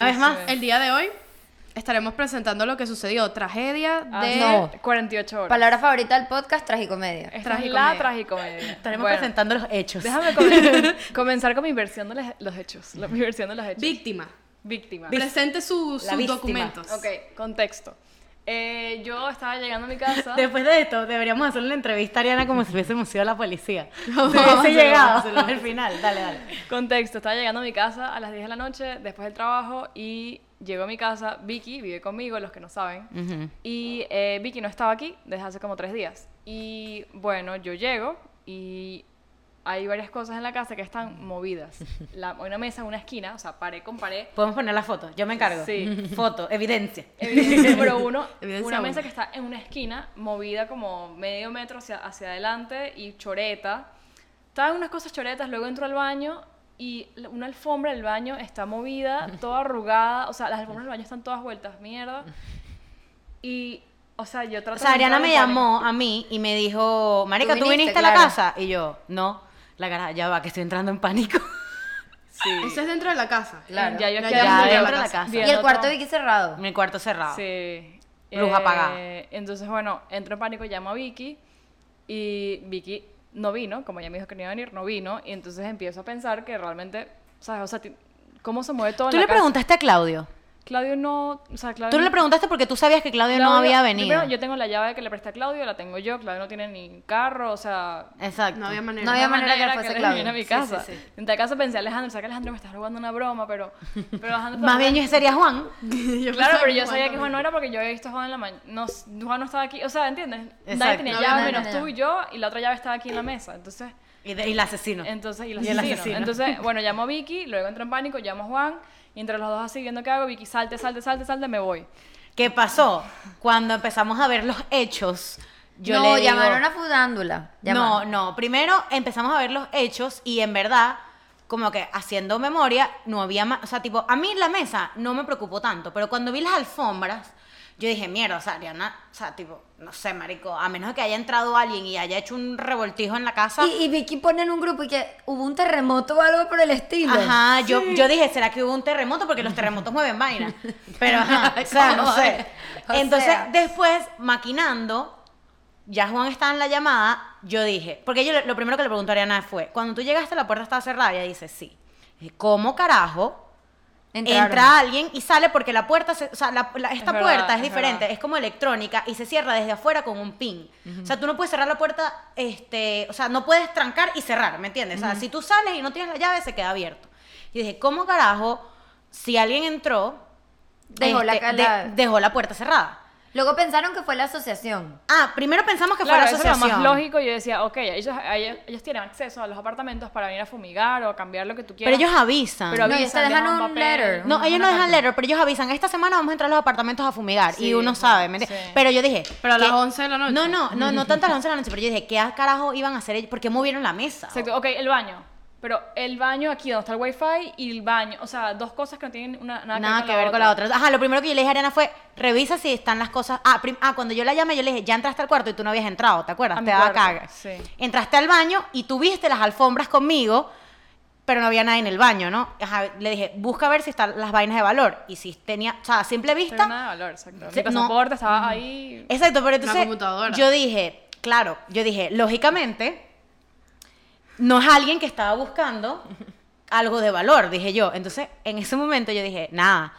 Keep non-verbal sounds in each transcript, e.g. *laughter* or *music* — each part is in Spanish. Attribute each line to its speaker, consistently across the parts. Speaker 1: vez más, el día de hoy estaremos presentando lo que sucedió. Tragedia
Speaker 2: Ah,
Speaker 1: de...
Speaker 2: no.
Speaker 3: 48 horas.
Speaker 2: Palabra favorita del podcast, tragicomedia.
Speaker 3: Esta es
Speaker 1: Tragicomedia.
Speaker 3: la tragicomedia.
Speaker 1: Estaremos
Speaker 3: Bueno,
Speaker 1: presentando los hechos.
Speaker 3: Déjame comen- comenzar con mi versión de los- los hechos. la- mi versión de los hechos.
Speaker 1: Víctima.
Speaker 3: Víctima.
Speaker 1: Presente su- sus
Speaker 2: víctima.
Speaker 1: documentos. *laughs*
Speaker 3: Ok, contexto. Eh, yo estaba llegando a mi casa.
Speaker 4: Después de esto, deberíamos hacer una entrevista a Ariana como si hubiésemos sido la policía. Si
Speaker 1: Vamos a
Speaker 4: hubiese
Speaker 1: hacerlo, vamos
Speaker 4: llegado
Speaker 1: a hacerlo.
Speaker 4: al final. Dale, dale.
Speaker 3: *laughs* Contexto, estaba llegando a mi casa a las 10 de la noche, después del trabajo, y llego a mi casa, Vicky vive conmigo, los que no saben, y eh, Vicky no estaba aquí desde hace como tres días. Y bueno, yo llego y hay varias cosas en la casa que están movidas. La, una mesa en una esquina, o sea, pared con pared.
Speaker 4: Podemos poner la foto. Yo me encargo.
Speaker 3: Sí.
Speaker 4: *laughs* Foto, evidencia.
Speaker 3: Evidencia número uno,
Speaker 1: Evidencia
Speaker 3: una mesa
Speaker 1: uno.
Speaker 3: que está en una esquina, movida como medio metro hacia, hacia adelante y choreta. Estaban unas cosas choretas, luego entro al baño y la- una alfombra del baño está movida, toda arrugada. O sea, las alfombras del baño están todas vueltas, mierda. Y, o sea, yo trato
Speaker 4: O sea,
Speaker 3: de entrar
Speaker 4: Ariana
Speaker 3: en
Speaker 4: me
Speaker 3: pánico.
Speaker 4: llamó a mí y me dijo, Marica, ¿tú
Speaker 2: Tú
Speaker 4: viniste,
Speaker 2: viniste,
Speaker 4: a la
Speaker 2: claro.
Speaker 4: casa? Y yo, no. La cara, ya va, que estoy entrando en pánico. *laughs*
Speaker 1: Eso es dentro de la casa.
Speaker 2: Claro.
Speaker 3: Ya yo
Speaker 1: Ya
Speaker 3: aquí
Speaker 1: llevamos
Speaker 3: adentro
Speaker 1: dentro
Speaker 3: de
Speaker 1: de la
Speaker 4: casa.
Speaker 3: casa.
Speaker 2: Y el
Speaker 3: viendo
Speaker 2: cuarto
Speaker 3: todo.
Speaker 2: de Vicky cerrado.
Speaker 4: Mi cuarto cerrado.
Speaker 3: Sí.
Speaker 4: Ah.
Speaker 3: Eh,
Speaker 4: Luz apagada.
Speaker 3: Entonces, bueno, entro en pánico, llamo a Vicky y Vicky no vino, como ella me dijo que no iba a venir, no vino. Y entonces empiezo a pensar que realmente, ¿sabes? O sea, ti- ¿cómo se mueve todo
Speaker 4: Tú
Speaker 3: en la
Speaker 4: le
Speaker 3: casa?
Speaker 4: preguntaste a Claudio.
Speaker 3: Claudio no. O sea, Claudio
Speaker 4: Tú le
Speaker 3: no-
Speaker 4: preguntaste porque tú sabías que Claudio, no
Speaker 3: Claudio-
Speaker 4: había venido.
Speaker 3: primero, yo tengo la llave que le presté a Claudio, la tengo yo. Claudio no tiene ni carro, o sea.
Speaker 4: Exacto.
Speaker 1: No había manera.
Speaker 2: No había
Speaker 3: la
Speaker 2: manera que
Speaker 3: era
Speaker 2: fuese
Speaker 3: le
Speaker 2: Claudio.
Speaker 3: viniera a mi
Speaker 1: Sí,
Speaker 3: casa.
Speaker 1: sí, sí.
Speaker 3: En tal caso pensé, Alejandro, o sea que Alejandro me está jugando una broma, pero. pero Alejandro
Speaker 4: Más bien yo sería Juan.
Speaker 1: *laughs* Yo
Speaker 3: Claro,
Speaker 1: pensaba
Speaker 3: pero
Speaker 1: que
Speaker 3: yo sabía
Speaker 1: Juan
Speaker 3: que Juan no
Speaker 1: también.
Speaker 3: era porque yo había visto a Juan en la mañana. No, Juan no estaba aquí. O sea, ¿entiendes? Nadie
Speaker 4: Exacto.
Speaker 3: tenía
Speaker 1: No había
Speaker 3: llave
Speaker 1: nadie,
Speaker 3: menos
Speaker 2: nadie.
Speaker 3: tú y yo, y la otra llave estaba aquí en la mesa. Entonces,
Speaker 4: Y, de- y el asesino.
Speaker 3: entonces y el
Speaker 4: Y el
Speaker 3: asesino.
Speaker 4: asesino.
Speaker 3: Entonces, bueno, llamo a Vicky, luego entro en pánico, llamo a Juan, y entre los dos así viendo qué hago, Vicky salte, salte, salte, salte, me voy.
Speaker 4: ¿Qué pasó? Cuando empezamos a ver los hechos, yo
Speaker 2: no,
Speaker 4: le digo-
Speaker 2: llamaron a Fudándula.
Speaker 4: No,
Speaker 2: Llamaron.
Speaker 4: no. Primero empezamos a ver los hechos y en verdad, como que haciendo memoria, no había más. O sea, tipo, a mí la mesa no me preocupó tanto, pero cuando vi las alfombras, yo dije, mierda, o sea, Ariana, o sea, tipo, no sé, marico, a menos que haya entrado alguien y haya hecho un revoltijo en la casa.
Speaker 2: Y, y Vicky pone en un grupo y que hubo un terremoto o algo por el estilo.
Speaker 4: Ajá, yo, yo dije, ¿será que hubo un terremoto? Porque los terremotos
Speaker 2: *laughs*
Speaker 4: mueven vaina. Pero, ajá, o sea, no sé.
Speaker 2: O
Speaker 4: Entonces,
Speaker 2: sea.
Speaker 4: después, maquinando, ya Juan estaba en la llamada, yo dije, porque yo le- lo primero que le pregunté a Ariana fue, cuando tú llegaste la puerta estaba cerrada, ella dice, sí. Dije, ¿Cómo carajo
Speaker 2: Entraron.
Speaker 4: entra alguien y sale porque la puerta, se- o sea, la- la- esta
Speaker 3: verdad,
Speaker 4: puerta es
Speaker 3: es
Speaker 4: diferente,
Speaker 3: verdad.
Speaker 4: es como electrónica y se cierra desde afuera con un pin. O sea, tú no puedes cerrar la puerta, este, o sea, no puedes trancar y cerrar, ¿me entiendes? O sea, si tú sales y no tienes la llave, se queda abierto. Y dije, ¿cómo carajo si alguien entró, este,
Speaker 2: Dejó la ca- la-
Speaker 4: dejó la puerta cerrada?
Speaker 2: Luego pensaron que fue la asociación.
Speaker 4: Ah, primero pensamos que
Speaker 3: Claro,
Speaker 4: fue la
Speaker 3: eso era
Speaker 4: asociación.
Speaker 3: más lógico. Yo decía, ok, ellos, ellos, ellos tienen acceso a los apartamentos para venir a fumigar o a cambiar lo que tú
Speaker 4: Pero
Speaker 3: quieras.
Speaker 4: ellos avisan.
Speaker 3: Pero
Speaker 2: No, ellos te
Speaker 3: avisan,
Speaker 2: dejan un
Speaker 3: papel.
Speaker 2: letter.
Speaker 4: No, ellos no
Speaker 2: una
Speaker 4: dejan
Speaker 2: carta.
Speaker 4: letter, pero ellos avisan, esta semana vamos a entrar a los apartamentos a fumigar.
Speaker 3: Sí,
Speaker 4: y uno sabe, ¿me entiendes?
Speaker 3: sí.
Speaker 4: Pero yo dije...
Speaker 1: Pero a las
Speaker 4: ¿qué-
Speaker 1: 11 de la noche.
Speaker 4: No, no, no, no tanto a las 11 de la noche, pero yo dije, ¿qué carajo iban a hacer ellos? ¿Por qué movieron la mesa?
Speaker 3: Exacto, ok, el baño. Pero el baño aquí donde está el wifi y el baño. O sea, dos cosas que no tienen una- nada,
Speaker 4: Nada que ver con la otra. Ajá, lo primero que yo le dije a Ariana fue, revisa si están las cosas. Ah, prim- ah, cuando yo la llamé, yo le dije, ya entraste al cuarto y tú no habías entrado, ¿te acuerdas?
Speaker 3: A mi
Speaker 4: Te daba
Speaker 3: cuarto,
Speaker 4: caga.
Speaker 3: sí.
Speaker 4: Entraste al baño y tuviste las alfombras conmigo, pero no había nadie en el baño, ¿no? Ajá, le dije, busca a ver si están las vainas de valor. Y si tenía, o sea, a simple
Speaker 3: No
Speaker 4: vista,
Speaker 3: tiene nada de valor, exacto.
Speaker 4: Sí,
Speaker 3: Mi
Speaker 4: no.
Speaker 3: pasaporte estaba ahí.
Speaker 4: Exacto, pero entonces
Speaker 1: computadora.
Speaker 4: yo dije, claro, yo dije, lógicamente, no es alguien que estaba buscando algo de valor, dije yo. Entonces, en ese momento yo dije, nada,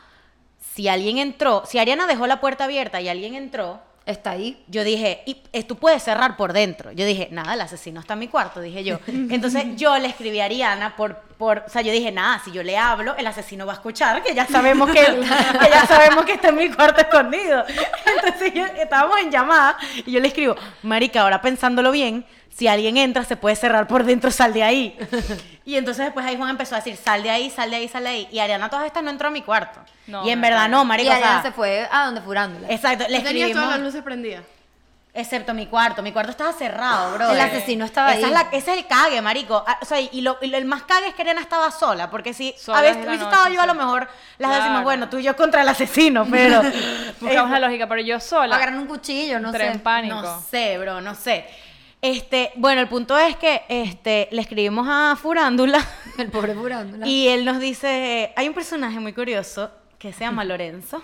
Speaker 4: si alguien entró, si Ariana dejó la puerta abierta y alguien entró,
Speaker 2: Está ahí.
Speaker 4: yo dije, y eh, tú puedes cerrar por dentro. Yo dije, nada, el asesino está en mi cuarto, dije yo. Entonces yo le escribí a Ariana por, por o sea, yo dije, nada, si yo le hablo, el asesino va a escuchar, que ya sabemos que, que ya sabemos que está en mi cuarto escondido. Entonces yo- estábamos en llamada y yo le escribo, marica, ahora pensándolo bien, si alguien entra, se puede cerrar por dentro, sal de ahí. Y entonces después ahí Juan empezó a decir, sal de ahí, sal de ahí, sal de ahí. Y Ariana todas estas no entró a mi cuarto.
Speaker 3: No,
Speaker 4: y en
Speaker 3: no,
Speaker 4: verdad
Speaker 3: no.
Speaker 4: no, marica,
Speaker 2: y
Speaker 4: o sea,
Speaker 2: Ariana se fue a donde Furándula.
Speaker 4: Exacto, le
Speaker 1: Tú Tenías todas las
Speaker 4: escribimos.
Speaker 1: luces prendidas.
Speaker 4: Excepto mi cuarto. Mi cuarto estaba cerrado, bro.
Speaker 2: El asesino estaba ahí.
Speaker 4: Esa es la- ese es el cague, marico. Ah, O sea, y, lo, y lo- el más cague es que Elena estaba sola. Porque si
Speaker 3: Sola
Speaker 4: a veces
Speaker 3: es la
Speaker 4: hubiese
Speaker 3: noche,
Speaker 4: estado yo, a
Speaker 3: sí.
Speaker 4: lo mejor las
Speaker 3: Claro.
Speaker 4: decimos, bueno, tú y yo contra el asesino, pero.
Speaker 3: Buscamos la
Speaker 4: Eh,
Speaker 3: lógica, pero yo sola.
Speaker 2: Agarran un cuchillo, no
Speaker 3: entré en
Speaker 2: sé.
Speaker 3: pánico.
Speaker 4: No sé, bro, no sé. Este, bueno, el punto es que este, le escribimos a Furándula
Speaker 2: El pobre Furándula.
Speaker 4: y él nos dice: hay un personaje muy curioso que se llama Lorenzo.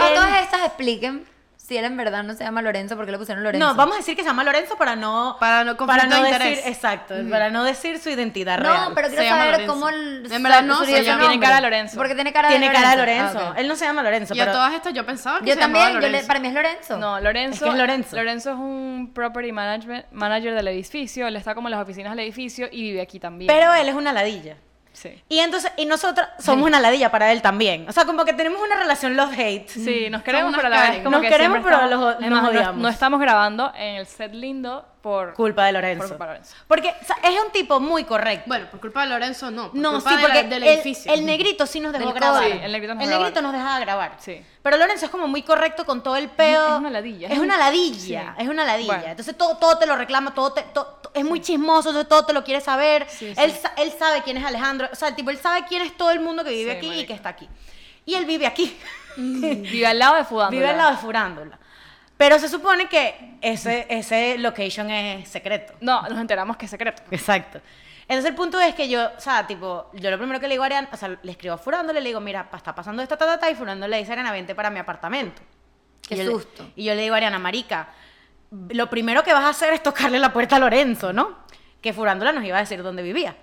Speaker 2: A todas estas expliquen si él en verdad no se llama Lorenzo, porque le pusieron Lorenzo.
Speaker 4: No, vamos a decir que se llama Lorenzo para no
Speaker 1: Para no conflicto de
Speaker 4: decir,
Speaker 1: interés.
Speaker 4: exacto, para no decir su identidad real.
Speaker 2: No, pero
Speaker 1: Se
Speaker 2: quiero
Speaker 1: llama
Speaker 2: saber
Speaker 1: Lorenzo.
Speaker 2: cómo. el-
Speaker 1: En verdad no,
Speaker 2: su- su-
Speaker 1: se
Speaker 2: su-
Speaker 1: llama-
Speaker 2: nombre.
Speaker 3: Tiene cara de Lorenzo.
Speaker 2: Porque tiene cara
Speaker 4: tiene
Speaker 2: de
Speaker 4: cara de
Speaker 2: Lorenzo.
Speaker 4: Lorenzo.
Speaker 2: Ah, ok.
Speaker 4: Él no se llama Lorenzo,
Speaker 1: Y a
Speaker 4: pero
Speaker 1: todas estas yo pensaba que
Speaker 2: Yo
Speaker 1: se llamaba
Speaker 2: también, yo le-
Speaker 1: Lorenzo.
Speaker 2: para mí es Lorenzo.
Speaker 3: No, Lorenzo.
Speaker 4: Es que es Lorenzo.
Speaker 3: es un property management, manager del edificio. Él está como en las oficinas del edificio y vive aquí también.
Speaker 4: pero él es una ladilla.
Speaker 3: Sí.
Speaker 4: Y entonces y nosotros somos una ladilla para él también. O sea, como que tenemos una relación love hate.
Speaker 3: Sí, nos queremos,
Speaker 1: unas
Speaker 3: pero a la vez
Speaker 1: Karen.
Speaker 3: como
Speaker 4: Nos
Speaker 3: que
Speaker 4: queremos,
Speaker 3: siempre
Speaker 4: pero
Speaker 3: estamos-
Speaker 4: los-
Speaker 3: Además,
Speaker 4: nos
Speaker 3: no-
Speaker 4: odiamos.
Speaker 3: No estamos grabando en el set lindo por
Speaker 4: Culpa de Lorenzo.
Speaker 3: Por culpa de Lorenzo.
Speaker 4: Porque o sea, es un tipo muy correcto.
Speaker 1: Bueno, por culpa de Lorenzo no. Por
Speaker 4: No,
Speaker 1: culpa
Speaker 4: sí,
Speaker 1: de la-
Speaker 4: porque
Speaker 1: del
Speaker 4: el-
Speaker 1: edificio.
Speaker 4: El, negrito sí nos dejó
Speaker 3: Del
Speaker 4: grabar.
Speaker 3: codo. Sí, el negrito nos dejó grabar.
Speaker 4: dejaba grabar.
Speaker 3: Sí.
Speaker 4: Pero Lorenzo es como muy correcto con todo el peo.
Speaker 3: Es una ladilla.
Speaker 4: Es una ladilla.
Speaker 3: Sí.
Speaker 4: Es una ladilla.
Speaker 3: Bueno.
Speaker 4: Entonces todo, todo te lo reclama, todo te- to- to- es muy chismoso, entonces todo te lo quiere saber.
Speaker 3: Sí,
Speaker 4: Él,
Speaker 3: sí.
Speaker 4: sa- él sabe quién es Alejandro. O sea, el tipo, él sabe quién es todo el mundo que vive
Speaker 3: Sí,
Speaker 4: aquí y
Speaker 3: marica. Mm.
Speaker 4: que está aquí. Y él vive aquí.
Speaker 3: Vive al lado de Fudándola.
Speaker 4: *laughs* Vive al lado de Furándula. Pero se supone que ese, ese location es secreto.
Speaker 3: No, nos enteramos que es secreto.
Speaker 4: Exacto. Entonces el punto es que yo, o sea, tipo, yo lo primero que le digo a Ariana, o sea, le escribo a Furándole, le digo, mira, pa- está pasando esta, ta, ta, ta, y Furándole le dice, Ariana, vente para mi apartamento.
Speaker 2: Qué
Speaker 4: Y yo le-
Speaker 2: susto.
Speaker 4: y yo le digo a Ariana, marica, lo primero que vas a hacer es tocarle la puerta a Lorenzo, ¿no? Que Furándola nos iba a decir dónde vivía.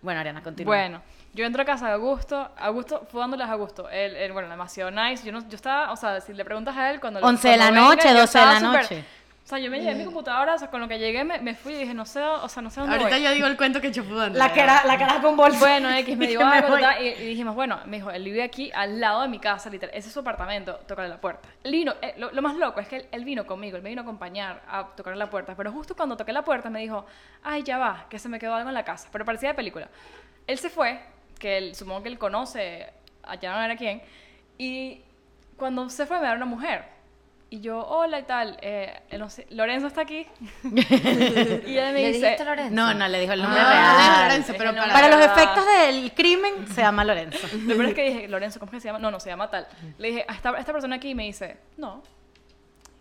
Speaker 4: Bueno, Ariana, continúa.
Speaker 3: Bueno, yo entro a casa de Augusto. Augusto, Fudándola a Augusto. Él, él, bueno, demasiado nice. Yo, no, yo estaba, o sea, si le preguntas a él cuando... lo-
Speaker 4: 11 de la
Speaker 3: cuando venga,
Speaker 4: noche,
Speaker 3: yo
Speaker 4: 12 de la
Speaker 3: estaba súper-
Speaker 4: noche.
Speaker 3: O sea, yo me llevé mi computadora, o sea, con lo que llegué me, me fui y dije, no sé, o sea, no sé dónde
Speaker 1: Ahorita
Speaker 3: voy.
Speaker 1: yo digo el cuento que yo pude
Speaker 4: La cara, la cara con bolsa.
Speaker 3: Bueno, X me
Speaker 4: Y
Speaker 3: dio
Speaker 4: *laughs* que me
Speaker 3: algo,
Speaker 4: voy.
Speaker 3: ¿verdad? y, y dijimos, bueno, me dijo, él vive aquí al lado de mi casa, literal, ese es su apartamento, tocarle la puerta. Él vino, eh, lo, lo más loco es que él, él vino conmigo, él me vino a acompañar a tocar la puerta, pero justo cuando toqué la puerta me dijo, ay, ya va, que se me quedó algo en la casa, pero parecía de película. Él se fue, que él, supongo que él conoce, allá no era quién, y cuando se fue me era una mujer. Y yo, hola y tal, eh, no sé, Lorenzo está aquí. *laughs* y ella me
Speaker 2: ¿Le
Speaker 3: dice,
Speaker 2: dijiste Lorenzo? Ah,
Speaker 4: No, no, le dijo el
Speaker 1: No,
Speaker 3: Ah.
Speaker 4: nombre
Speaker 1: no,
Speaker 4: real.
Speaker 1: no, Lorenzo,
Speaker 3: Es
Speaker 1: pero
Speaker 3: el nombre
Speaker 1: para,
Speaker 4: Para los
Speaker 3: Ah.
Speaker 4: efectos del crimen, se llama Lorenzo.
Speaker 3: Lo peor es que dije, Lorenzo, ¿cómo es que se llama? No, no, se llama tal. Le dije, "Ah, esta, esta persona aquí y me dice, no.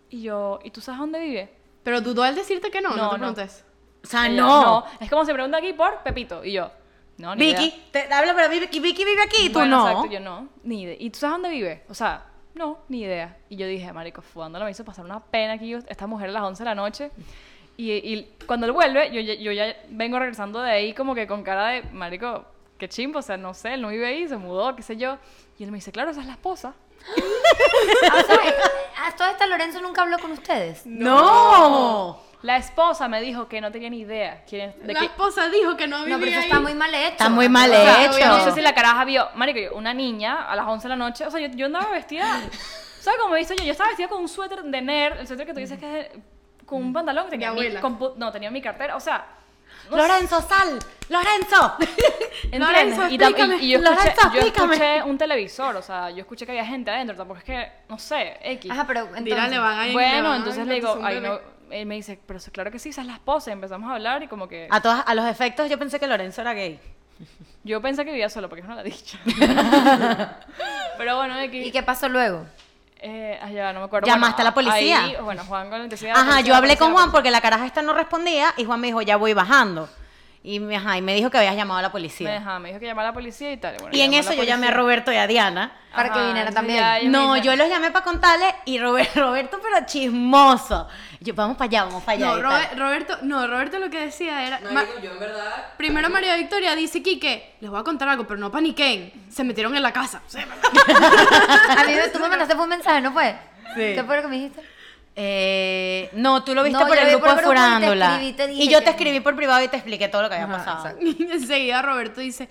Speaker 3: Y yo, ¿y tú sabes dónde vive?
Speaker 1: Pero dudó al decirte que no, no,
Speaker 3: No,
Speaker 1: te
Speaker 3: no.
Speaker 1: preguntes.
Speaker 4: O sea,
Speaker 3: Ella,
Speaker 4: Ah, no.
Speaker 3: Es como se pregunta aquí por Pepito. Y yo, no, ni idea".
Speaker 4: Vicky, te habla para mí, Vicky, Vicky vive aquí y tú
Speaker 3: Bueno,
Speaker 4: no.
Speaker 3: Exacto, yo no, ni idea. ¿Y tú sabes dónde vive? O sea, no, ni idea. Y yo dije, marico, fudándola me hizo pasar una pena aquí yo- esta mujer a las 11 de la noche. Y, y cuando él vuelve, yo, ya- yo ya vengo regresando de ahí como que con cara de, marico, qué chimbo, o sea, no sé, él no vive ahí, se mudó, qué sé yo. Y él me dice, claro, esa es la esposa.
Speaker 2: Ah, o sea, a todas estas Lorenzo nunca habló con ustedes.
Speaker 4: no.
Speaker 3: La esposa me dijo que no tenía ni idea quién es- de
Speaker 1: la
Speaker 3: qué.
Speaker 1: esposa dijo que no vivía
Speaker 2: No, pero eso
Speaker 1: ahí.
Speaker 2: está muy mal hecho.
Speaker 4: Está muy mal
Speaker 2: O sea,
Speaker 4: hecho.
Speaker 1: obviamente-
Speaker 3: No sé si la caraja vio, marico, yo, una niña a las 11 de la noche, o sea, yo, yo andaba vestida, ¿sabes cómo he visto yo? Yo estaba vestida con un suéter de nerd, el suéter que tú dices que es de- con un pantalón que tenía mi,
Speaker 1: abuela.
Speaker 3: compu- no, tenía mi cartera, o sea, no sé,
Speaker 4: Lorenzo, sal. Lorenzo.
Speaker 3: ¿entiendes?
Speaker 1: Lorenzo,
Speaker 3: Y tam- y-
Speaker 1: explícame,
Speaker 3: y, yo, escuché,
Speaker 4: Lorenzo,
Speaker 3: yo
Speaker 4: explícame.
Speaker 3: escuché un televisor, o sea, yo escuché que había gente adentro, tampoco es que, no sé, X.
Speaker 2: Ajá, pero entonces.
Speaker 1: Dirá, le van a ir, le van
Speaker 3: bueno,
Speaker 1: a
Speaker 3: entonces
Speaker 1: ir,
Speaker 3: le digo,
Speaker 1: son
Speaker 3: ay,
Speaker 1: bebés.
Speaker 3: no, él me dice, pero eso- claro que sí, esa es la esposa, y empezamos a hablar y como que...
Speaker 4: A, todas, a los efectos yo pensé que Lorenzo era gay.
Speaker 3: Yo pensé que vivía solo porque es una
Speaker 4: *laughs*
Speaker 3: ladilla. Pero bueno, X.
Speaker 2: ¿Y qué pasó luego?
Speaker 3: Eh, ay, ya, no me acuerdo. Bueno,
Speaker 4: ¿Llamaste a la policía?
Speaker 3: ahí, bueno, Juan con la intensidad. de la
Speaker 4: Ajá,
Speaker 3: policía,
Speaker 4: yo
Speaker 3: la
Speaker 4: hablé
Speaker 3: policía,
Speaker 4: con
Speaker 3: la
Speaker 4: Juan
Speaker 3: policía.
Speaker 4: porque la caraja esta no respondía y Juan me dijo, ya voy bajando. Y me, ajá, y me dijo que habías llamado a la
Speaker 3: Me,
Speaker 4: policía.
Speaker 3: ajá, me dijo que llamara a la policía y tal. Bueno,
Speaker 4: Y en
Speaker 3: llamó a
Speaker 4: eso
Speaker 3: la
Speaker 4: yo llamé a
Speaker 3: policía.
Speaker 4: Roberto y a Diana.
Speaker 2: Para que viniera
Speaker 3: entonces
Speaker 2: también.
Speaker 3: ya ellos me
Speaker 4: No, yo
Speaker 3: dijeron-
Speaker 4: los llamé para contarle y Robert- *laughs* Roberto, pero chismoso. Yo, vamos para allá, vamos para allá.
Speaker 1: No,
Speaker 4: y
Speaker 1: Robe-
Speaker 4: tal.
Speaker 1: Roberto, no, Roberto lo que decía era... Ma-
Speaker 5: Marico, yo en verdad.
Speaker 1: Primero María Victoria dice Quique, les voy a contar algo, pero no paniquen. Se metieron en la casa. O sea, *laughs*
Speaker 2: A mí me- tú me mandaste fue un mensaje, ¿no fue?
Speaker 4: Sí.
Speaker 2: ¿Qué fue lo que me dijiste?
Speaker 4: Eh, no, tú lo viste
Speaker 2: No,
Speaker 4: por
Speaker 2: yo
Speaker 4: el
Speaker 2: lo vi
Speaker 4: grupo
Speaker 2: por
Speaker 4: de
Speaker 2: el grupo y te
Speaker 4: Furándola.
Speaker 2: escribí, te dije
Speaker 4: Y yo
Speaker 2: que
Speaker 4: te
Speaker 2: no.
Speaker 4: escribí por privado y te expliqué todo lo que había
Speaker 2: Ajá,
Speaker 4: pasado.
Speaker 2: exacto.
Speaker 1: Enseguida Roberto dice,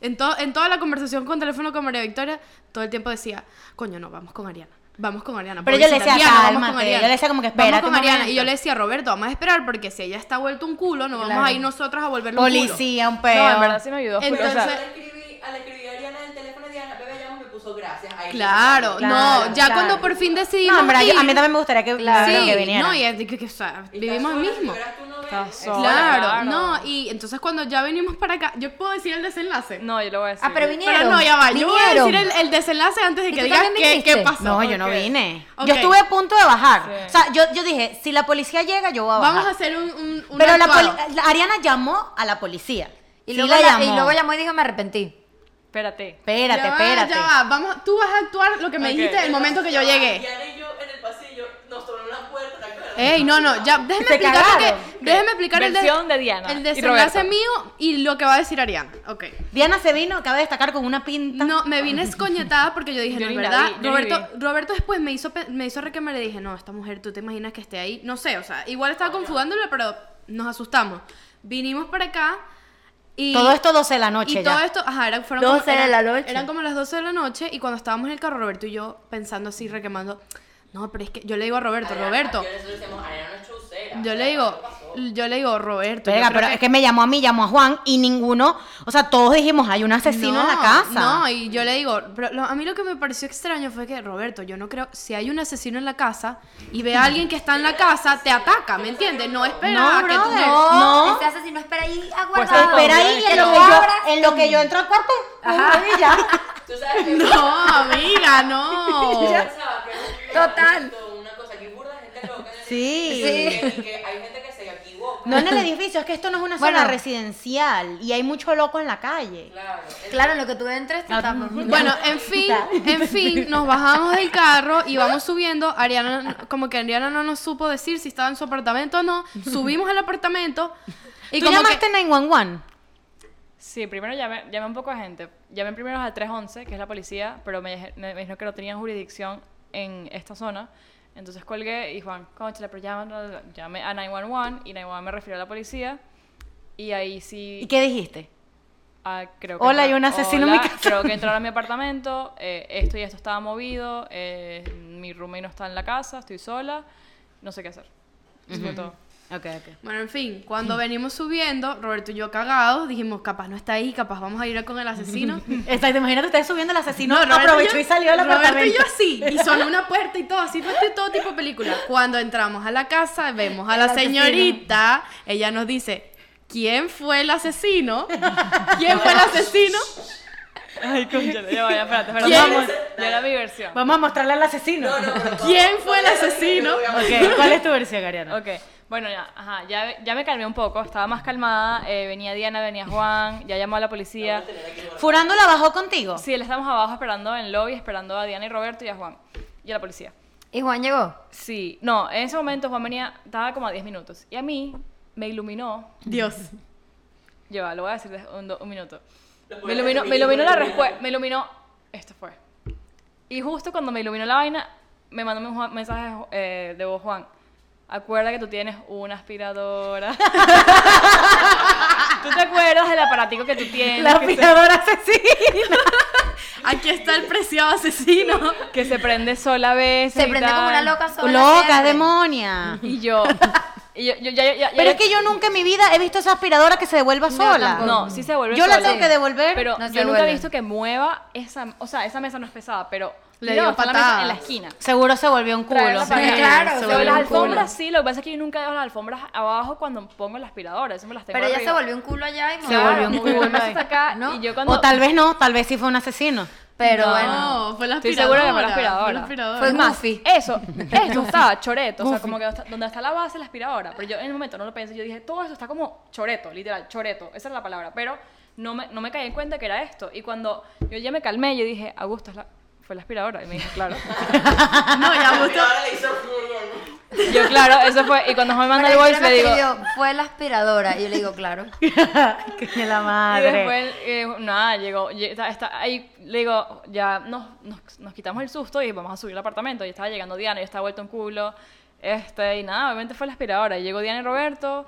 Speaker 1: en, to- en toda la conversación con teléfono con María Victoria, todo el tiempo decía, coño, no, vamos con Ariana. Vamos con Ariana.
Speaker 4: Pero yo le
Speaker 1: pobrecita,
Speaker 4: decía,
Speaker 1: Diana, vamos con
Speaker 4: "Cálmate",
Speaker 1: Ariana.
Speaker 4: yo le decía como que, "Espérate
Speaker 1: Vamos
Speaker 4: un
Speaker 1: con Ariana.
Speaker 4: momento.
Speaker 1: Y yo le decía, Roberto, vamos a esperar porque si ella está vuelta un culo, no vamos
Speaker 2: Claro.
Speaker 1: a ir nosotras a volverlo
Speaker 4: Policía, un peo.
Speaker 3: No, en verdad sí me ayudó. full, o sea,
Speaker 5: Yo
Speaker 1: Entonces-
Speaker 5: le escribí, al escribir a Ariana del teléfono de Diana, bebé, ya me puso gracias. Ahí
Speaker 1: un culo. Claro,
Speaker 2: Claro,
Speaker 1: no, ya
Speaker 2: claro.
Speaker 1: cuando por fin decidimos
Speaker 4: No, en verdad, yo- a mí
Speaker 1: ir-
Speaker 4: también me gustaría que,
Speaker 2: Claro.
Speaker 4: que
Speaker 1: Sí,
Speaker 4: viniera.
Speaker 1: no, y es de que, que, o sea, vivimos el mismo.
Speaker 5: Está
Speaker 3: Estás sola.
Speaker 1: Claro,
Speaker 3: Claro.
Speaker 1: no, y entonces cuando ya venimos para acá, yo puedo decir el desenlace.
Speaker 3: No, yo lo voy a decir.
Speaker 2: Ah, pero
Speaker 1: Pero
Speaker 2: vinieron.
Speaker 1: no, ya va, yo voy a
Speaker 2: vinieron.
Speaker 1: decir el, el desenlace antes de
Speaker 2: ¿Y
Speaker 1: que
Speaker 2: tú
Speaker 1: digas
Speaker 2: también
Speaker 1: qué,
Speaker 2: viniste?
Speaker 1: qué pasó.
Speaker 4: No, yo no
Speaker 3: Ok.
Speaker 4: vine.
Speaker 1: Ok.
Speaker 4: Yo estuve a punto de bajar.
Speaker 3: Sí.
Speaker 4: O sea, yo, yo dije, si la policía llega, yo voy a bajar.
Speaker 1: Vamos a hacer un. un, un
Speaker 4: Pero la
Speaker 1: actuado.
Speaker 4: poli- la- Ariana llamó a la policía.
Speaker 2: Y
Speaker 4: Sí
Speaker 2: luego,
Speaker 4: la
Speaker 2: la-
Speaker 4: llamó.
Speaker 2: y luego llamó y dijo, me arrepentí.
Speaker 3: Espérate.
Speaker 4: Espérate,
Speaker 1: ya va,
Speaker 4: espérate.
Speaker 1: Ya va, vamos, tú vas a actuar lo que me
Speaker 3: Ok.
Speaker 1: dijiste el momento que yo llegué.
Speaker 5: Diana y yo en el pasillo nos tomaron la puerta, ¿te acuerdas?
Speaker 1: Ey, no, no, ya, déjeme
Speaker 4: Se
Speaker 1: explicar lo que,
Speaker 4: cagaron.
Speaker 1: déjeme explicar el,
Speaker 3: Versión de Diana
Speaker 1: el
Speaker 3: y
Speaker 1: desenlace
Speaker 3: Roberto.
Speaker 1: mío y lo que va a decir Ariana. Ok.
Speaker 4: Diana se vino, acaba de destacar con una pinta.
Speaker 1: No, me vine escoñetada porque yo dije,
Speaker 3: Yo
Speaker 1: no, es
Speaker 3: ni la
Speaker 1: verdad.
Speaker 3: vi, yo ni
Speaker 1: Roberto, Roberto después me hizo, pe- me hizo requemar y dije, no, esta mujer, tú te imaginas que esté ahí. No sé, o sea, igual estaba confundándolo, pero nos asustamos. Vinimos para acá y.
Speaker 4: Todo esto 12 de la noche
Speaker 1: Y
Speaker 4: ya.
Speaker 1: todo esto, ajá, eran, fueron
Speaker 2: 12
Speaker 1: como,
Speaker 2: de
Speaker 1: eran-
Speaker 2: la noche.
Speaker 1: Eran como las 12 de la noche y cuando estábamos en el carro, Roberto y yo pensando así, requemando. No, pero es que yo le digo a Roberto,
Speaker 5: Ariana-
Speaker 1: Roberto.
Speaker 5: Yo le decíamos, Ariana no es chusera.
Speaker 1: Yo
Speaker 5: O
Speaker 1: le
Speaker 5: sea,
Speaker 1: digo,
Speaker 5: ¿qué pasó?
Speaker 1: yo le digo, Roberto. yo
Speaker 4: Verga,
Speaker 1: creo
Speaker 4: pero es que me llamó a mí, llamó a Juan y ninguno, o sea, todos dijimos, hay un asesino en la casa.
Speaker 1: No, y yo le digo, pero lo- a mí lo que me pareció extraño fue que, Roberto, yo no creo, si hay un asesino en la casa y ve a alguien que está en la casa, te ataca, ¿me entiendes? No espera
Speaker 4: No,
Speaker 1: a que tú
Speaker 4: brother.
Speaker 2: Este No,
Speaker 4: No.
Speaker 2: Ese asesino espera ahí
Speaker 3: Pues
Speaker 2: aguardado.
Speaker 4: Espera ahí,
Speaker 2: Que
Speaker 4: en lo,
Speaker 2: lo
Speaker 4: que yo,
Speaker 2: abras,
Speaker 4: en lo que yo entro al cuarto, y ya.
Speaker 5: Tú
Speaker 1: *laughs*
Speaker 5: sabes que
Speaker 1: No, amiga, no.
Speaker 4: *laughs*
Speaker 5: yo pensaba que era un
Speaker 2: Total.
Speaker 5: evento, Una cosa, aquí burda gente loca.
Speaker 4: Sí.
Speaker 5: Y que- y que hay gente que se equivoca.
Speaker 4: No en el edificio, es que esto no es una zona
Speaker 2: Bueno.
Speaker 4: residencial y hay mucho loco en la calle.
Speaker 5: Claro.
Speaker 2: Claro, en lo que tú entres
Speaker 3: Ah.
Speaker 2: te tapas.
Speaker 1: Bueno, en fin, en fin, nos bajamos del carro y vamos subiendo. Ariana, como que Ariana no nos supo decir si estaba en su apartamento o no. Subimos al apartamento y
Speaker 4: ¿Tú
Speaker 1: como
Speaker 4: llamaste
Speaker 1: que
Speaker 4: 911?
Speaker 3: Sí, primero llamé, llamé un poco de gente. Llamé primero al 311, que es la policía, pero me, dije- me dijeron que no tenían jurisdicción en esta zona. Entonces colgué y Juan, conchale, pero llama, no, no, no". llamé a 911 y 911 me refirió a la policía. Y ahí sí.
Speaker 4: ¿Y qué dijiste?
Speaker 3: ah, creo que
Speaker 4: Hola, hay
Speaker 3: entra-
Speaker 4: un asesino en mi
Speaker 3: "Hola,
Speaker 4: casa".
Speaker 3: Creo que entraron a
Speaker 4: *laughs*
Speaker 3: mi apartamento. eh, esto y esto estaba movido. eh, mi roommate no está en la casa. Estoy sola. No sé qué hacer. Eso fue todo.
Speaker 4: Ok, ok. *laughs*
Speaker 1: Bueno, en fin, cuando venimos subiendo, Roberto y yo cagados, dijimos, capaz no está ahí, capaz vamos a ir con el asesino.
Speaker 4: Exacto, imagínate ustedes subiendo el asesino,
Speaker 1: No, Roberto
Speaker 4: aprovechó
Speaker 1: yo-
Speaker 4: y salió del
Speaker 1: Roberto
Speaker 4: apartamento.
Speaker 1: y yo sí, y sonó una puerta y todo, así fue todo tipo de película. Cuando entramos a la casa, vemos a la señorita, ella nos dice, ¿quién fue el asesino? ¿Quién fue el asesino?
Speaker 3: Ay, conchale, ya vaya, espérate, espérate.
Speaker 1: ¿Quién?
Speaker 3: Vamos, ya era mi versión.
Speaker 4: Vamos a mostrarle al asesino.
Speaker 5: No, no, pero-
Speaker 1: ¿Quién fue el
Speaker 5: Todavía no dije
Speaker 1: asesino?
Speaker 5: que lo voy a
Speaker 4: Ok, ¿cuál es tu versión, Ariana?
Speaker 3: *laughs* Ok, bueno, ya, ajá, ya, ya me calmé un poco, estaba más calmada, eh, venía Diana, venía Juan, ya llamó a la policía.
Speaker 4: Furándula bajó contigo.
Speaker 3: Sí, le estamos abajo esperando en el lobby, esperando a Diana y Roberto y a Juan y a la policía.
Speaker 2: Y Juan llegó.
Speaker 3: Sí, no, en ese momento Juan venía, estaba como a 10 minutos y a mí me iluminó,
Speaker 1: Dios.
Speaker 3: lleva, lo voy a decir de- un, do- un minuto.
Speaker 5: Los
Speaker 3: Me
Speaker 5: voy a
Speaker 3: iluminó, me
Speaker 5: definir
Speaker 3: iluminó
Speaker 5: por
Speaker 3: la
Speaker 5: el
Speaker 3: respuesta, me iluminó, esto fue. Y justo cuando me iluminó la vaina, me mandó un Juan- mensaje eh, de voz Juan. Acuerda que tú tienes una aspiradora. *laughs* ¿Tú te acuerdas del aparatico que tú tienes?
Speaker 4: La
Speaker 3: que,
Speaker 4: aspiradora asesina.
Speaker 1: Aquí está el preciado asesino.
Speaker 3: se, que se prende sola a veces.
Speaker 2: Se
Speaker 3: y
Speaker 2: prende como
Speaker 3: tal.
Speaker 2: una loca sola.
Speaker 4: Loca,
Speaker 2: siempre.
Speaker 4: demonia.
Speaker 3: Y yo. y yo, yo- ya- ya- ya-
Speaker 4: Pero es que yo nunca en mi vida he visto esa aspiradora que se devuelva sola.
Speaker 3: No, sí se devuelve
Speaker 4: Yo la
Speaker 3: sola.
Speaker 4: tengo que devolver.
Speaker 3: Pero
Speaker 2: No se
Speaker 3: yo nunca he
Speaker 2: devuelve.
Speaker 3: visto que mueva esa. O sea, esa mesa no es pesada, pero.
Speaker 1: Le
Speaker 3: mira,
Speaker 1: dio
Speaker 3: está la mesa
Speaker 1: patadas.
Speaker 3: en la esquina.
Speaker 4: Seguro se volvió un culo.
Speaker 3: Traerla para
Speaker 2: Sí,
Speaker 3: acá.
Speaker 2: claro,
Speaker 3: Se
Speaker 2: se
Speaker 3: volvió
Speaker 2: volvió
Speaker 3: las
Speaker 2: un culo.
Speaker 3: alfombras sí, lo que pasa es que yo nunca dejo las alfombras abajo cuando pongo la aspiradora, siempre las tengo
Speaker 2: Pero ella se
Speaker 3: arriba.
Speaker 2: volvió un culo allá y
Speaker 4: Se
Speaker 2: *laughs*
Speaker 4: volvió un
Speaker 3: movió
Speaker 4: culo
Speaker 3: la mesa
Speaker 4: ahí.
Speaker 3: hasta acá
Speaker 2: ¿No?
Speaker 3: y yo cuando
Speaker 4: O tal vez no, tal vez sí fue un asesino.
Speaker 2: Pero
Speaker 3: No.
Speaker 2: bueno.
Speaker 1: No, fue la
Speaker 3: Estoy
Speaker 1: aspiradora.
Speaker 3: segura que fue la
Speaker 1: Fue la
Speaker 3: aspiradora.
Speaker 1: aspiradora.
Speaker 2: Fue
Speaker 3: Es más,
Speaker 2: Goofy.
Speaker 3: Eso, esto estaba choreto, o sea, como que está- donde está la base la aspiradora, pero yo en el momento no lo pensé, yo dije, todo esto está como choreto, literal, choreto, esa es la palabra, pero no me, no me caí en cuenta que era esto, y cuando yo ya me calmé, yo dije, Augusto, es la- fue la aspiradora, y me dijo, claro,
Speaker 1: No, ya
Speaker 5: culo.
Speaker 1: gustó.
Speaker 5: Ahora le hizo furor.
Speaker 3: yo claro, eso fue, y cuando Juan me manda el
Speaker 2: Pero
Speaker 3: voice le
Speaker 2: ella me
Speaker 3: digo,
Speaker 2: escribió, fue la aspiradora. Y yo le digo,
Speaker 3: *laughs*
Speaker 2: claro.
Speaker 4: Coño la madre.
Speaker 3: Y después, eh, nada, llegó, lle- está, está ahí, le digo, ya nos, nos, nos quitamos el susto y vamos a subir al apartamento. Y estaba llegando Diana, y estaba vuelta un culo. Este, y nada, obviamente fue la aspiradora. Y llegó Diana y Roberto.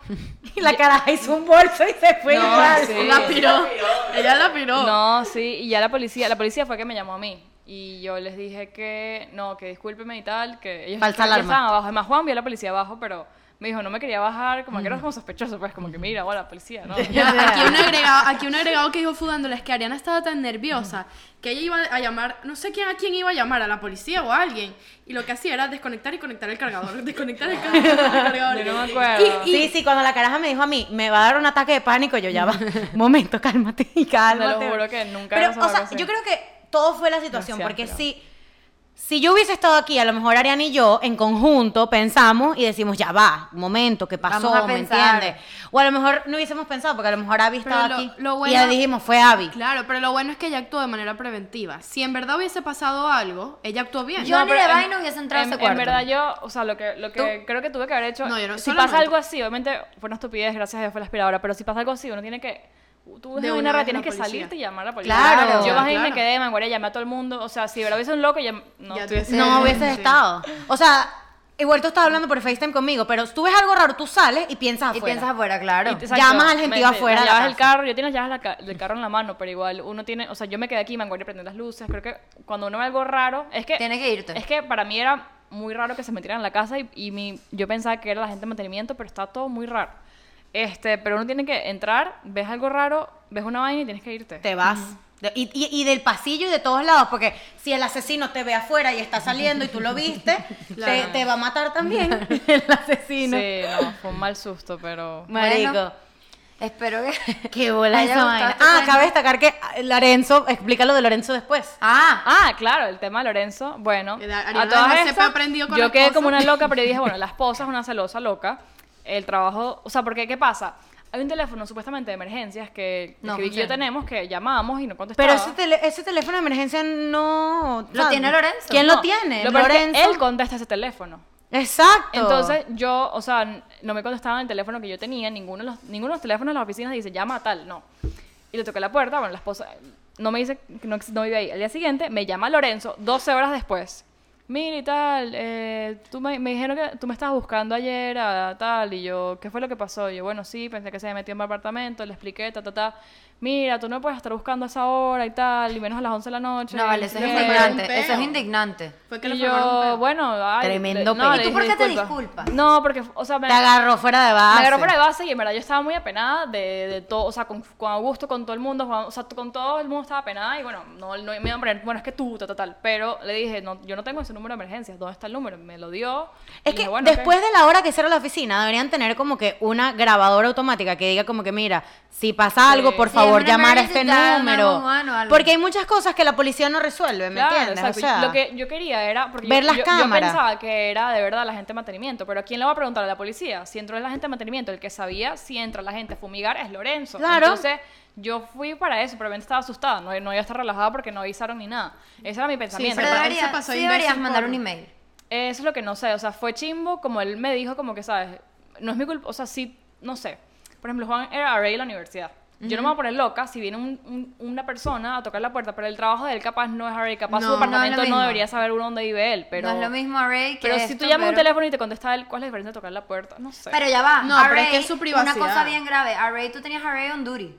Speaker 4: Y la caraja hizo un bolso y se fue
Speaker 3: No,
Speaker 4: igual.
Speaker 3: sí.
Speaker 1: La piró. Ella la piró.
Speaker 3: No, sí, y ya la policía, la policía fue que me llamó a mí. Y yo les dije que, no, que discúlpeme y tal, que ellos
Speaker 4: Falsa
Speaker 3: ellos
Speaker 4: alarma.
Speaker 3: estaban abajo. Además, Juan vio a la policía abajo, pero me dijo, no me quería bajar, como que era como sospechoso, pues, como que mira, hola, policía, ¿no?
Speaker 1: Ya, Aquí un, agregado, aquí un agregado que dijo Fudándola es que Ariana estaba tan nerviosa que ella iba a llamar, no sé quién a quién iba a llamar, a la policía o a alguien. Y lo que hacía era desconectar y conectar el cargador. *laughs* Desconectar el cargador. el cargador.
Speaker 3: Yo no me acuerdo.
Speaker 1: Y- y-
Speaker 4: Sí, sí, cuando la caraja me dijo a mí, me va a dar un ataque de pánico, yo ya va. *laughs* Momento, cálmate y cálmate.
Speaker 3: juro que nunca me
Speaker 4: Pero,
Speaker 3: pasó
Speaker 4: o sea,
Speaker 3: algo así.
Speaker 4: yo creo que todo fue la situación,
Speaker 3: Gracias,
Speaker 4: porque
Speaker 3: pero-
Speaker 4: sí, Si yo hubiese estado aquí, a lo mejor Ariana y yo en conjunto pensamos y decimos, ya va, un momento, ¿qué pasó?
Speaker 2: Vamos a
Speaker 4: ¿Me
Speaker 2: pensar.
Speaker 4: entiendes? O a lo mejor no hubiésemos pensado, porque a lo mejor Abby
Speaker 1: Pero
Speaker 4: estaba
Speaker 1: lo-
Speaker 4: aquí.
Speaker 1: lo
Speaker 4: y ya
Speaker 1: bueno-
Speaker 4: dijimos, fue Abby.
Speaker 1: Claro, pero lo bueno es que ella actuó de manera preventiva. Si en verdad hubiese pasado algo, ella actuó bien.
Speaker 2: Yo- ni
Speaker 3: pero
Speaker 2: de
Speaker 3: en-
Speaker 2: vaina hubiese entrado a
Speaker 3: en, en
Speaker 2: ese cuarto.
Speaker 3: verdad yo, o sea, lo que, lo que creo que tuve que haber hecho,
Speaker 1: No, yo no-
Speaker 3: si
Speaker 1: solo no.
Speaker 3: pasa algo así, obviamente fue una estupidez, gracias a Dios fue la aspiradora, pero si pasa algo así, uno tiene que, tú
Speaker 1: De
Speaker 3: de
Speaker 1: una vez
Speaker 3: una rata tienes
Speaker 1: la
Speaker 3: que
Speaker 1: policía.
Speaker 3: salirte y llamar a la policía.
Speaker 2: Claro.
Speaker 3: Yo más bien
Speaker 1: Claro.
Speaker 3: me quedé de manguera y llamé a todo el mundo, o sea, si hubiera habido un loco, ya no
Speaker 1: Ya
Speaker 3: estuviese-
Speaker 1: Sí,
Speaker 4: no hubieses
Speaker 1: sí.
Speaker 4: estado. O sea, igual tú estás hablando por FaceTime conmigo, pero tú ves algo raro, tú sales y piensas
Speaker 2: Y
Speaker 4: afuera.
Speaker 2: piensas afuera, claro.
Speaker 3: Exacto.
Speaker 4: Llamas al gentío
Speaker 3: Me- me-
Speaker 4: afuera de
Speaker 3: Las
Speaker 4: la
Speaker 3: llaves del
Speaker 4: casa.
Speaker 3: carro, yo tenía las llaves del ca- del carro en la mano, pero igual uno tiene, o sea, yo me quedé aquí, Manguaria prendí las luces. Creo que cuando uno ve algo raro, es que.
Speaker 2: Tiene que irte.
Speaker 3: Es que para mí era muy raro que se metieran en la casa y, y mi, yo pensaba que era la gente de mantenimiento, pero está todo muy raro. Este, pero uno tiene que entrar, ves algo raro, ves una vaina y tienes que irte.
Speaker 4: Te vas. De- Y, y- y del pasillo y de todos lados, porque si el asesino te ve afuera y está saliendo y tú lo viste, *laughs* te,
Speaker 1: Claro.
Speaker 4: te va a matar también *laughs* el *laughs* asesino.
Speaker 3: Sí, no, fue un mal susto, pero.
Speaker 4: Marico.
Speaker 2: Bueno, espero
Speaker 3: *laughs*
Speaker 2: que.
Speaker 4: Qué bola
Speaker 2: te
Speaker 4: esa
Speaker 2: haya gustado
Speaker 4: vaina.
Speaker 2: este
Speaker 4: Ah,
Speaker 2: cuento.
Speaker 4: cabe destacar que ah, Lorenzo, explica lo de Lorenzo después.
Speaker 2: Ah,
Speaker 3: Ah, claro, el tema de Lorenzo. Bueno,
Speaker 4: Eh,
Speaker 1: Que da- Ariana
Speaker 3: a todas
Speaker 1: Grande se
Speaker 3: estas,
Speaker 1: fue prendido con
Speaker 3: yo
Speaker 1: la
Speaker 3: quedé
Speaker 1: esposa.
Speaker 3: como una loca, pero yo
Speaker 4: *laughs*
Speaker 3: dije, bueno, la esposa es una celosa loca. El trabajo, o sea, porque ¿qué pasa? Hay un teléfono supuestamente de emergencias que,
Speaker 2: No
Speaker 3: que Vicky y yo
Speaker 2: funciona.
Speaker 3: tenemos que llamábamos y no contestaba.
Speaker 4: Pero ese, tele- ese teléfono de emergencia no...
Speaker 2: Lo tiene Lorenzo.
Speaker 4: ¿Quién
Speaker 3: No,
Speaker 4: lo tiene?
Speaker 3: Lo peor es que
Speaker 4: Lorenzo.
Speaker 3: él contesta ese teléfono.
Speaker 4: Exacto.
Speaker 3: Entonces yo, o sea, n- no me contestaban el teléfono que yo tenía, ninguno de los, ninguno de los teléfonos de las oficinas dice llama a tal, no. Y le toqué la puerta, bueno, la esposa no me dice que no, no vive ahí. Al día siguiente me llama Lorenzo, 12 horas después. Mira y tal, eh, tú me, me dijeron que tú me estabas buscando ayer, a tal, y yo, ¿qué fue lo que pasó? Y yo, bueno, sí, pensé que se había metido en mi apartamento, le expliqué, ta, ta, ta. Mira, tú no me puedes estar buscando a esa hora y tal, y menos a las 11 de la noche.
Speaker 2: no, vale, eso es
Speaker 1: le
Speaker 3: Eh,
Speaker 1: formaron
Speaker 2: indignante.
Speaker 1: un peo.
Speaker 2: Eso es indignante.
Speaker 1: Fue que le
Speaker 3: y
Speaker 1: formaron un
Speaker 3: yo,
Speaker 1: peo.
Speaker 3: bueno, ay,
Speaker 4: Tremendo
Speaker 3: le- no, le
Speaker 2: ¿Y
Speaker 4: peo.
Speaker 2: tú
Speaker 3: dije,
Speaker 2: por qué te
Speaker 3: "Disculpa".
Speaker 2: disculpas?
Speaker 3: No, porque, o sea, me,
Speaker 4: Te agarró fuera de base.
Speaker 3: me agarró fuera de base y en verdad yo estaba muy apenada de, de todo, o sea, con, con Augusto, con todo el mundo, Juan- o sea, con todo el mundo estaba apenada y bueno, no, no me iban a poner, bueno, es que tú, tal, tal, tal, pero le dije, no, yo no tengo ese número de emergencias, ¿dónde está el número? Me lo dio. y
Speaker 4: Es
Speaker 3: dije,
Speaker 4: que
Speaker 3: bueno, ok.
Speaker 4: después de la hora que cierra la oficina, deberían tener como que una grabadora automática que diga como que, mira, si pasa algo, por
Speaker 2: Sí,
Speaker 4: favor,
Speaker 2: es una
Speaker 4: llamar a este
Speaker 2: emergencia, llama a
Speaker 4: número.
Speaker 2: 911 o algo.
Speaker 4: Porque hay muchas cosas que la policía no resuelve, ¿me
Speaker 3: Claro,
Speaker 4: entiendes?
Speaker 3: exacto. Y
Speaker 4: O sea,
Speaker 3: lo que yo quería era porque
Speaker 4: ver
Speaker 3: yo,
Speaker 4: las
Speaker 3: yo- yo
Speaker 4: cámaras.
Speaker 3: pensaba que era de verdad la gente de mantenimiento, pero ¿a quién le va a preguntar a la policía? Si entró la gente de mantenimiento, el que sabía si entra la gente a fumigar es Lorenzo.
Speaker 4: Claro.
Speaker 3: Entonces yo fui para eso, pero estaba asustada, no, no iba a estar relajada porque no avisaron ni nada. Ese era mi pensamiento.
Speaker 1: se
Speaker 2: Pero
Speaker 1: pa- él se
Speaker 2: debería-
Speaker 1: pasó
Speaker 2: sí
Speaker 1: imbécil
Speaker 2: deberías mandar
Speaker 1: por-
Speaker 2: un email.
Speaker 3: Eso es lo que no sé, o sea, fue chimbo, como él me dijo, como que, ¿sabes? No es mi culpa, o sea, sí, no sé. Por ejemplo, Juan era array de la universidad. Yo no me voy a poner loca si viene un- un- una persona a tocar la puerta, pero el trabajo de él capaz no es array,
Speaker 1: No,
Speaker 3: capaz su
Speaker 1: no es lo
Speaker 3: departamento no,
Speaker 2: mismo.
Speaker 3: debería saber uno dónde vive él, pero...
Speaker 2: no es lo mismo Array que
Speaker 3: Pero si
Speaker 2: esto,
Speaker 3: tú llamas a un
Speaker 2: pero-
Speaker 3: teléfono y te contesta él, ¿cuál es la diferencia de tocar la puerta? No sé.
Speaker 2: Pero ya va.
Speaker 1: No, pero es
Speaker 2: Array,
Speaker 1: que es su
Speaker 2: Una cosa
Speaker 1: privacidad.
Speaker 2: bien grave. Array, tú tenías Array on duty.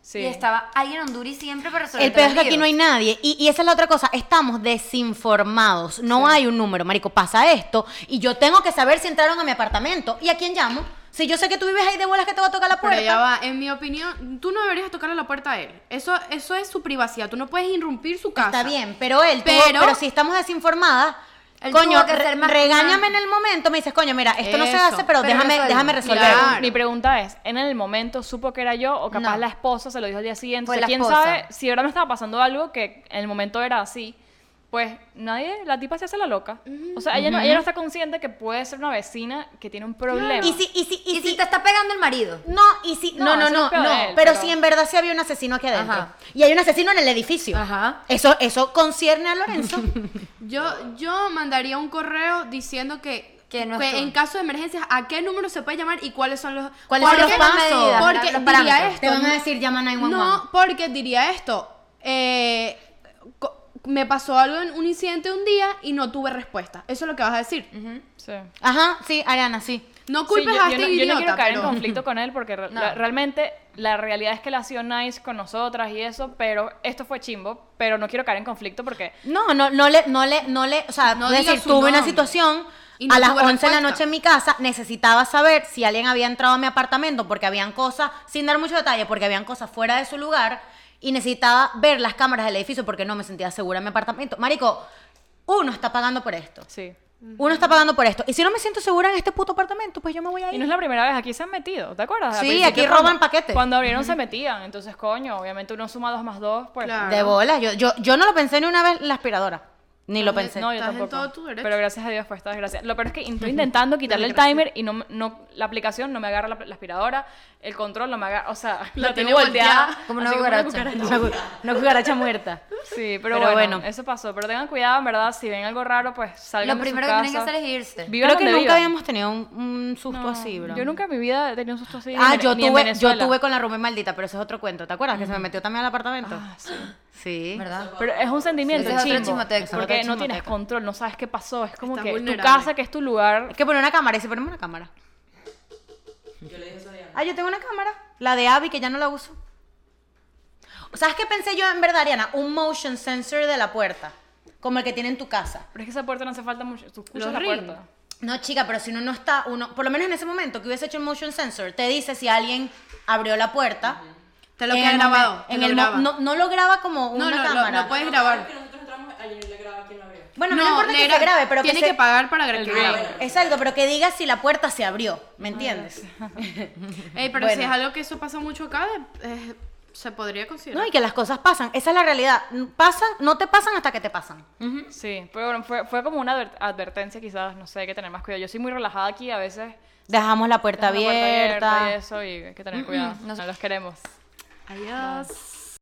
Speaker 3: sí.
Speaker 2: Y estaba alguien on duty siempre para resolver
Speaker 4: el peor es que aquí no hay nadie. Y, y esa es la otra cosa, estamos desinformados. No hay un número, marico, pasa esto y yo tengo que saber si entraron a mi apartamento. ¿Y a quién llamo? Si yo sé que tú vives ahí de bolas que te va a tocar la puerta.
Speaker 1: Pero ya va, en mi opinión, tú no deberías tocarle la puerta a él. Eso, eso es su privacidad. Tú no puedes irrumpir su casa.
Speaker 4: Está bien, pero él, tuvo- pero,
Speaker 1: Pero-
Speaker 4: si estamos desinformadas,
Speaker 2: Él
Speaker 4: coño,
Speaker 2: tuvo que
Speaker 4: re-
Speaker 2: ser más-
Speaker 4: regáñame en el momento, me dices, coño, mira, esto no se
Speaker 1: Eso,
Speaker 4: hace,
Speaker 2: pero
Speaker 4: pero, déjame,
Speaker 2: resuelve.
Speaker 4: déjame
Speaker 3: Mi,
Speaker 4: resolver.
Speaker 1: Claro.
Speaker 3: pregun- mi pregunta es, ¿en el momento supo que era yo o capaz
Speaker 4: No.
Speaker 3: la esposa se lo dijo al día siguiente?
Speaker 2: Fue
Speaker 3: O sea,
Speaker 2: la
Speaker 3: ¿Quién
Speaker 2: esposa.
Speaker 3: sabe si ahora me estaba pasando algo que en el momento era así? Pues nadie, la tipa se hace la loca. O sea, ella, no, ella no está consciente que puede ser una vecina que tiene un problema.
Speaker 4: Y si, y si, y
Speaker 2: Y
Speaker 4: si-
Speaker 2: si te está pegando el marido.
Speaker 4: no, y si, no,
Speaker 3: No,
Speaker 4: no,
Speaker 3: eso
Speaker 4: no,
Speaker 3: es peor
Speaker 4: no,
Speaker 3: de él,
Speaker 4: pero,
Speaker 3: pero-
Speaker 4: si en verdad sí había un asesino aquí adentro.
Speaker 2: Ajá.
Speaker 4: Y hay un asesino en el edificio.
Speaker 2: Ajá.
Speaker 4: Eso, eso concierne a Lorenzo.
Speaker 1: Yo, yo mandaría un correo diciendo que,
Speaker 2: Que no estoy.
Speaker 1: en caso de emergencias, ¿a qué número se puede llamar y cuáles son los
Speaker 4: ¿Cuáles son
Speaker 1: porque-
Speaker 4: los pasos?
Speaker 2: Medidas, la-
Speaker 1: Porque
Speaker 2: los
Speaker 1: diría
Speaker 2: parámetros.
Speaker 1: esto.
Speaker 4: te van a decir, llama 911.
Speaker 1: No, porque diría esto. eh, co- me pasó algo en un incidente un día y no tuve respuesta. Eso es lo que vas a decir.
Speaker 3: Sí.
Speaker 4: Ajá, sí, Ariana, sí.
Speaker 1: No
Speaker 3: Sí,
Speaker 1: culpes
Speaker 3: yo,
Speaker 1: a
Speaker 3: yo
Speaker 1: este
Speaker 3: no, yo no
Speaker 1: idiota.
Speaker 3: quiero caer en
Speaker 1: pero-
Speaker 3: conflicto con él porque re- la- realmente la realidad es que la ha sido nice con nosotras y eso, pero esto fue chimbo, pero no quiero caer en conflicto porque
Speaker 4: No, no, no le, no le, no le, o sea,
Speaker 1: No
Speaker 4: es
Speaker 1: diga
Speaker 4: decir,
Speaker 1: su
Speaker 4: tuve una
Speaker 1: nombre.
Speaker 4: situación
Speaker 1: Y no
Speaker 4: a las
Speaker 1: tuve
Speaker 4: 11 de la
Speaker 1: respuesta.
Speaker 4: noche en mi casa, necesitaba saber si alguien había entrado a mi apartamento porque habían cosas, sin dar mucho detalle, porque habían cosas fuera de su lugar y necesitaba ver las cámaras del edificio porque no me sentía segura en mi apartamento. Marico, uno está pagando por esto.
Speaker 3: sí.
Speaker 4: Uno está pagando por esto. Y si no me siento segura en este puto apartamento, pues yo me voy a
Speaker 3: Y no
Speaker 4: ir.
Speaker 3: es la primera vez, aquí se han metido, ¿te acuerdas? Al
Speaker 4: Sí,
Speaker 3: principio
Speaker 4: aquí
Speaker 3: cuando-
Speaker 4: roban paquetes.
Speaker 3: Cuando abrieron se metían, entonces coño, obviamente uno suma dos más dos, pues
Speaker 1: Claro.
Speaker 4: De bolas. Yo, yo, yo no lo pensé ni una vez en la aspiradora. Ni lo pensé.
Speaker 3: No, yo
Speaker 1: Estás en
Speaker 3: tampoco.
Speaker 1: todo tu derecho.
Speaker 3: Pero gracias a Dios fue esta desgracia. Lo peor es que estoy intentando quitarle el timer y no, me- no la aplicación no me agarra la, la aspiradora, el control no me agarra, o sea,
Speaker 1: La
Speaker 3: la, tengo
Speaker 1: tiene volteada,
Speaker 3: volteada.
Speaker 2: como una
Speaker 3: así
Speaker 2: cucaracha.
Speaker 4: Una cu- una cucaracha muerta.
Speaker 3: Sí, pero,
Speaker 4: Pero
Speaker 3: bueno,
Speaker 4: bueno.
Speaker 3: eso pasó. Pero tengan cuidado, en verdad, si ven algo raro, pues salgan
Speaker 2: Lo
Speaker 3: de
Speaker 2: primero
Speaker 3: su
Speaker 2: que tienen que
Speaker 3: casa.
Speaker 2: hacer es irse.
Speaker 3: Vivan
Speaker 4: Creo que
Speaker 3: donde
Speaker 4: nunca
Speaker 3: vivan.
Speaker 4: habíamos tenido un, un susto así, bro.
Speaker 3: Yo nunca en mi vida he tenido un susto así. ni
Speaker 4: Ah,
Speaker 3: en-
Speaker 4: yo
Speaker 3: ni en
Speaker 4: tuve, yo
Speaker 3: Venezuela.
Speaker 4: tuve con la rubia maldita, pero eso es otro cuento. ¿Te acuerdas que se me metió también al apartamento?
Speaker 3: Ah, sí.
Speaker 4: sí.
Speaker 2: ¿Verdad?
Speaker 3: Pero es un sentimiento
Speaker 2: Sí, esa es otra
Speaker 3: chimbo,
Speaker 2: chismoteca. Esa es
Speaker 3: Porque
Speaker 4: otra
Speaker 3: no tienes
Speaker 4: chismoteca.
Speaker 3: control, no sabes qué pasó. Es como
Speaker 1: Estás
Speaker 3: que tu
Speaker 1: vulnerable.
Speaker 3: casa, que es tu lugar.
Speaker 4: Es que poner una cámara, y si ponemos una cámara.
Speaker 5: Yo le dije eso a Diana.
Speaker 4: Ah, yo tengo una cámara, la de Abby, que ya no la uso. ¿Sabes qué pensé yo en verdad, Ariana? Un motion sensor de la puerta, como el que tiene en tu casa.
Speaker 3: Pero es que esa puerta no hace falta mucho. Tú escuchas
Speaker 1: Los
Speaker 3: la
Speaker 1: ring.
Speaker 3: puerta.
Speaker 4: No, chica, pero si uno no está, uno, por lo menos en ese momento que hubiese hecho el motion sensor, te dice si alguien abrió la puerta.
Speaker 1: Te lo
Speaker 4: En
Speaker 1: queda
Speaker 4: el
Speaker 1: grabado.
Speaker 4: momen-
Speaker 1: te
Speaker 4: en
Speaker 1: lo
Speaker 4: el mo-
Speaker 1: graba.
Speaker 4: no, no lo graba como
Speaker 1: No,
Speaker 4: una
Speaker 1: no, lo-
Speaker 4: cámara.
Speaker 1: lo puedes grabar.
Speaker 5: Porque nosotros entramos, ayer le grababa quién lo abrió.
Speaker 4: Bueno, no, importa que
Speaker 1: negra,
Speaker 4: se grabe, pero
Speaker 1: tiene
Speaker 4: que,
Speaker 1: que,
Speaker 4: se-
Speaker 1: pagar para que
Speaker 3: ring.
Speaker 1: grabe.
Speaker 4: Exacto, pero que diga si la puerta se abrió, ¿me entiendes?
Speaker 1: Ey, pero si
Speaker 4: Bueno.
Speaker 1: es algo que eso pasa mucho acá, eh, se podría considerar.
Speaker 4: No, y que las cosas pasan, esa es la realidad. Pasan, no te pasan hasta que te pasan.
Speaker 3: Sí, pero bueno, fue, fue como una adver- advertencia quizás, no sé, hay que tener más cuidado. Yo soy muy relajada aquí, a veces
Speaker 4: Dejamos la puerta
Speaker 3: dejamos la puerta
Speaker 4: abierta.
Speaker 3: y eso y hay que tener cuidado. No, los queremos.
Speaker 1: Adiós.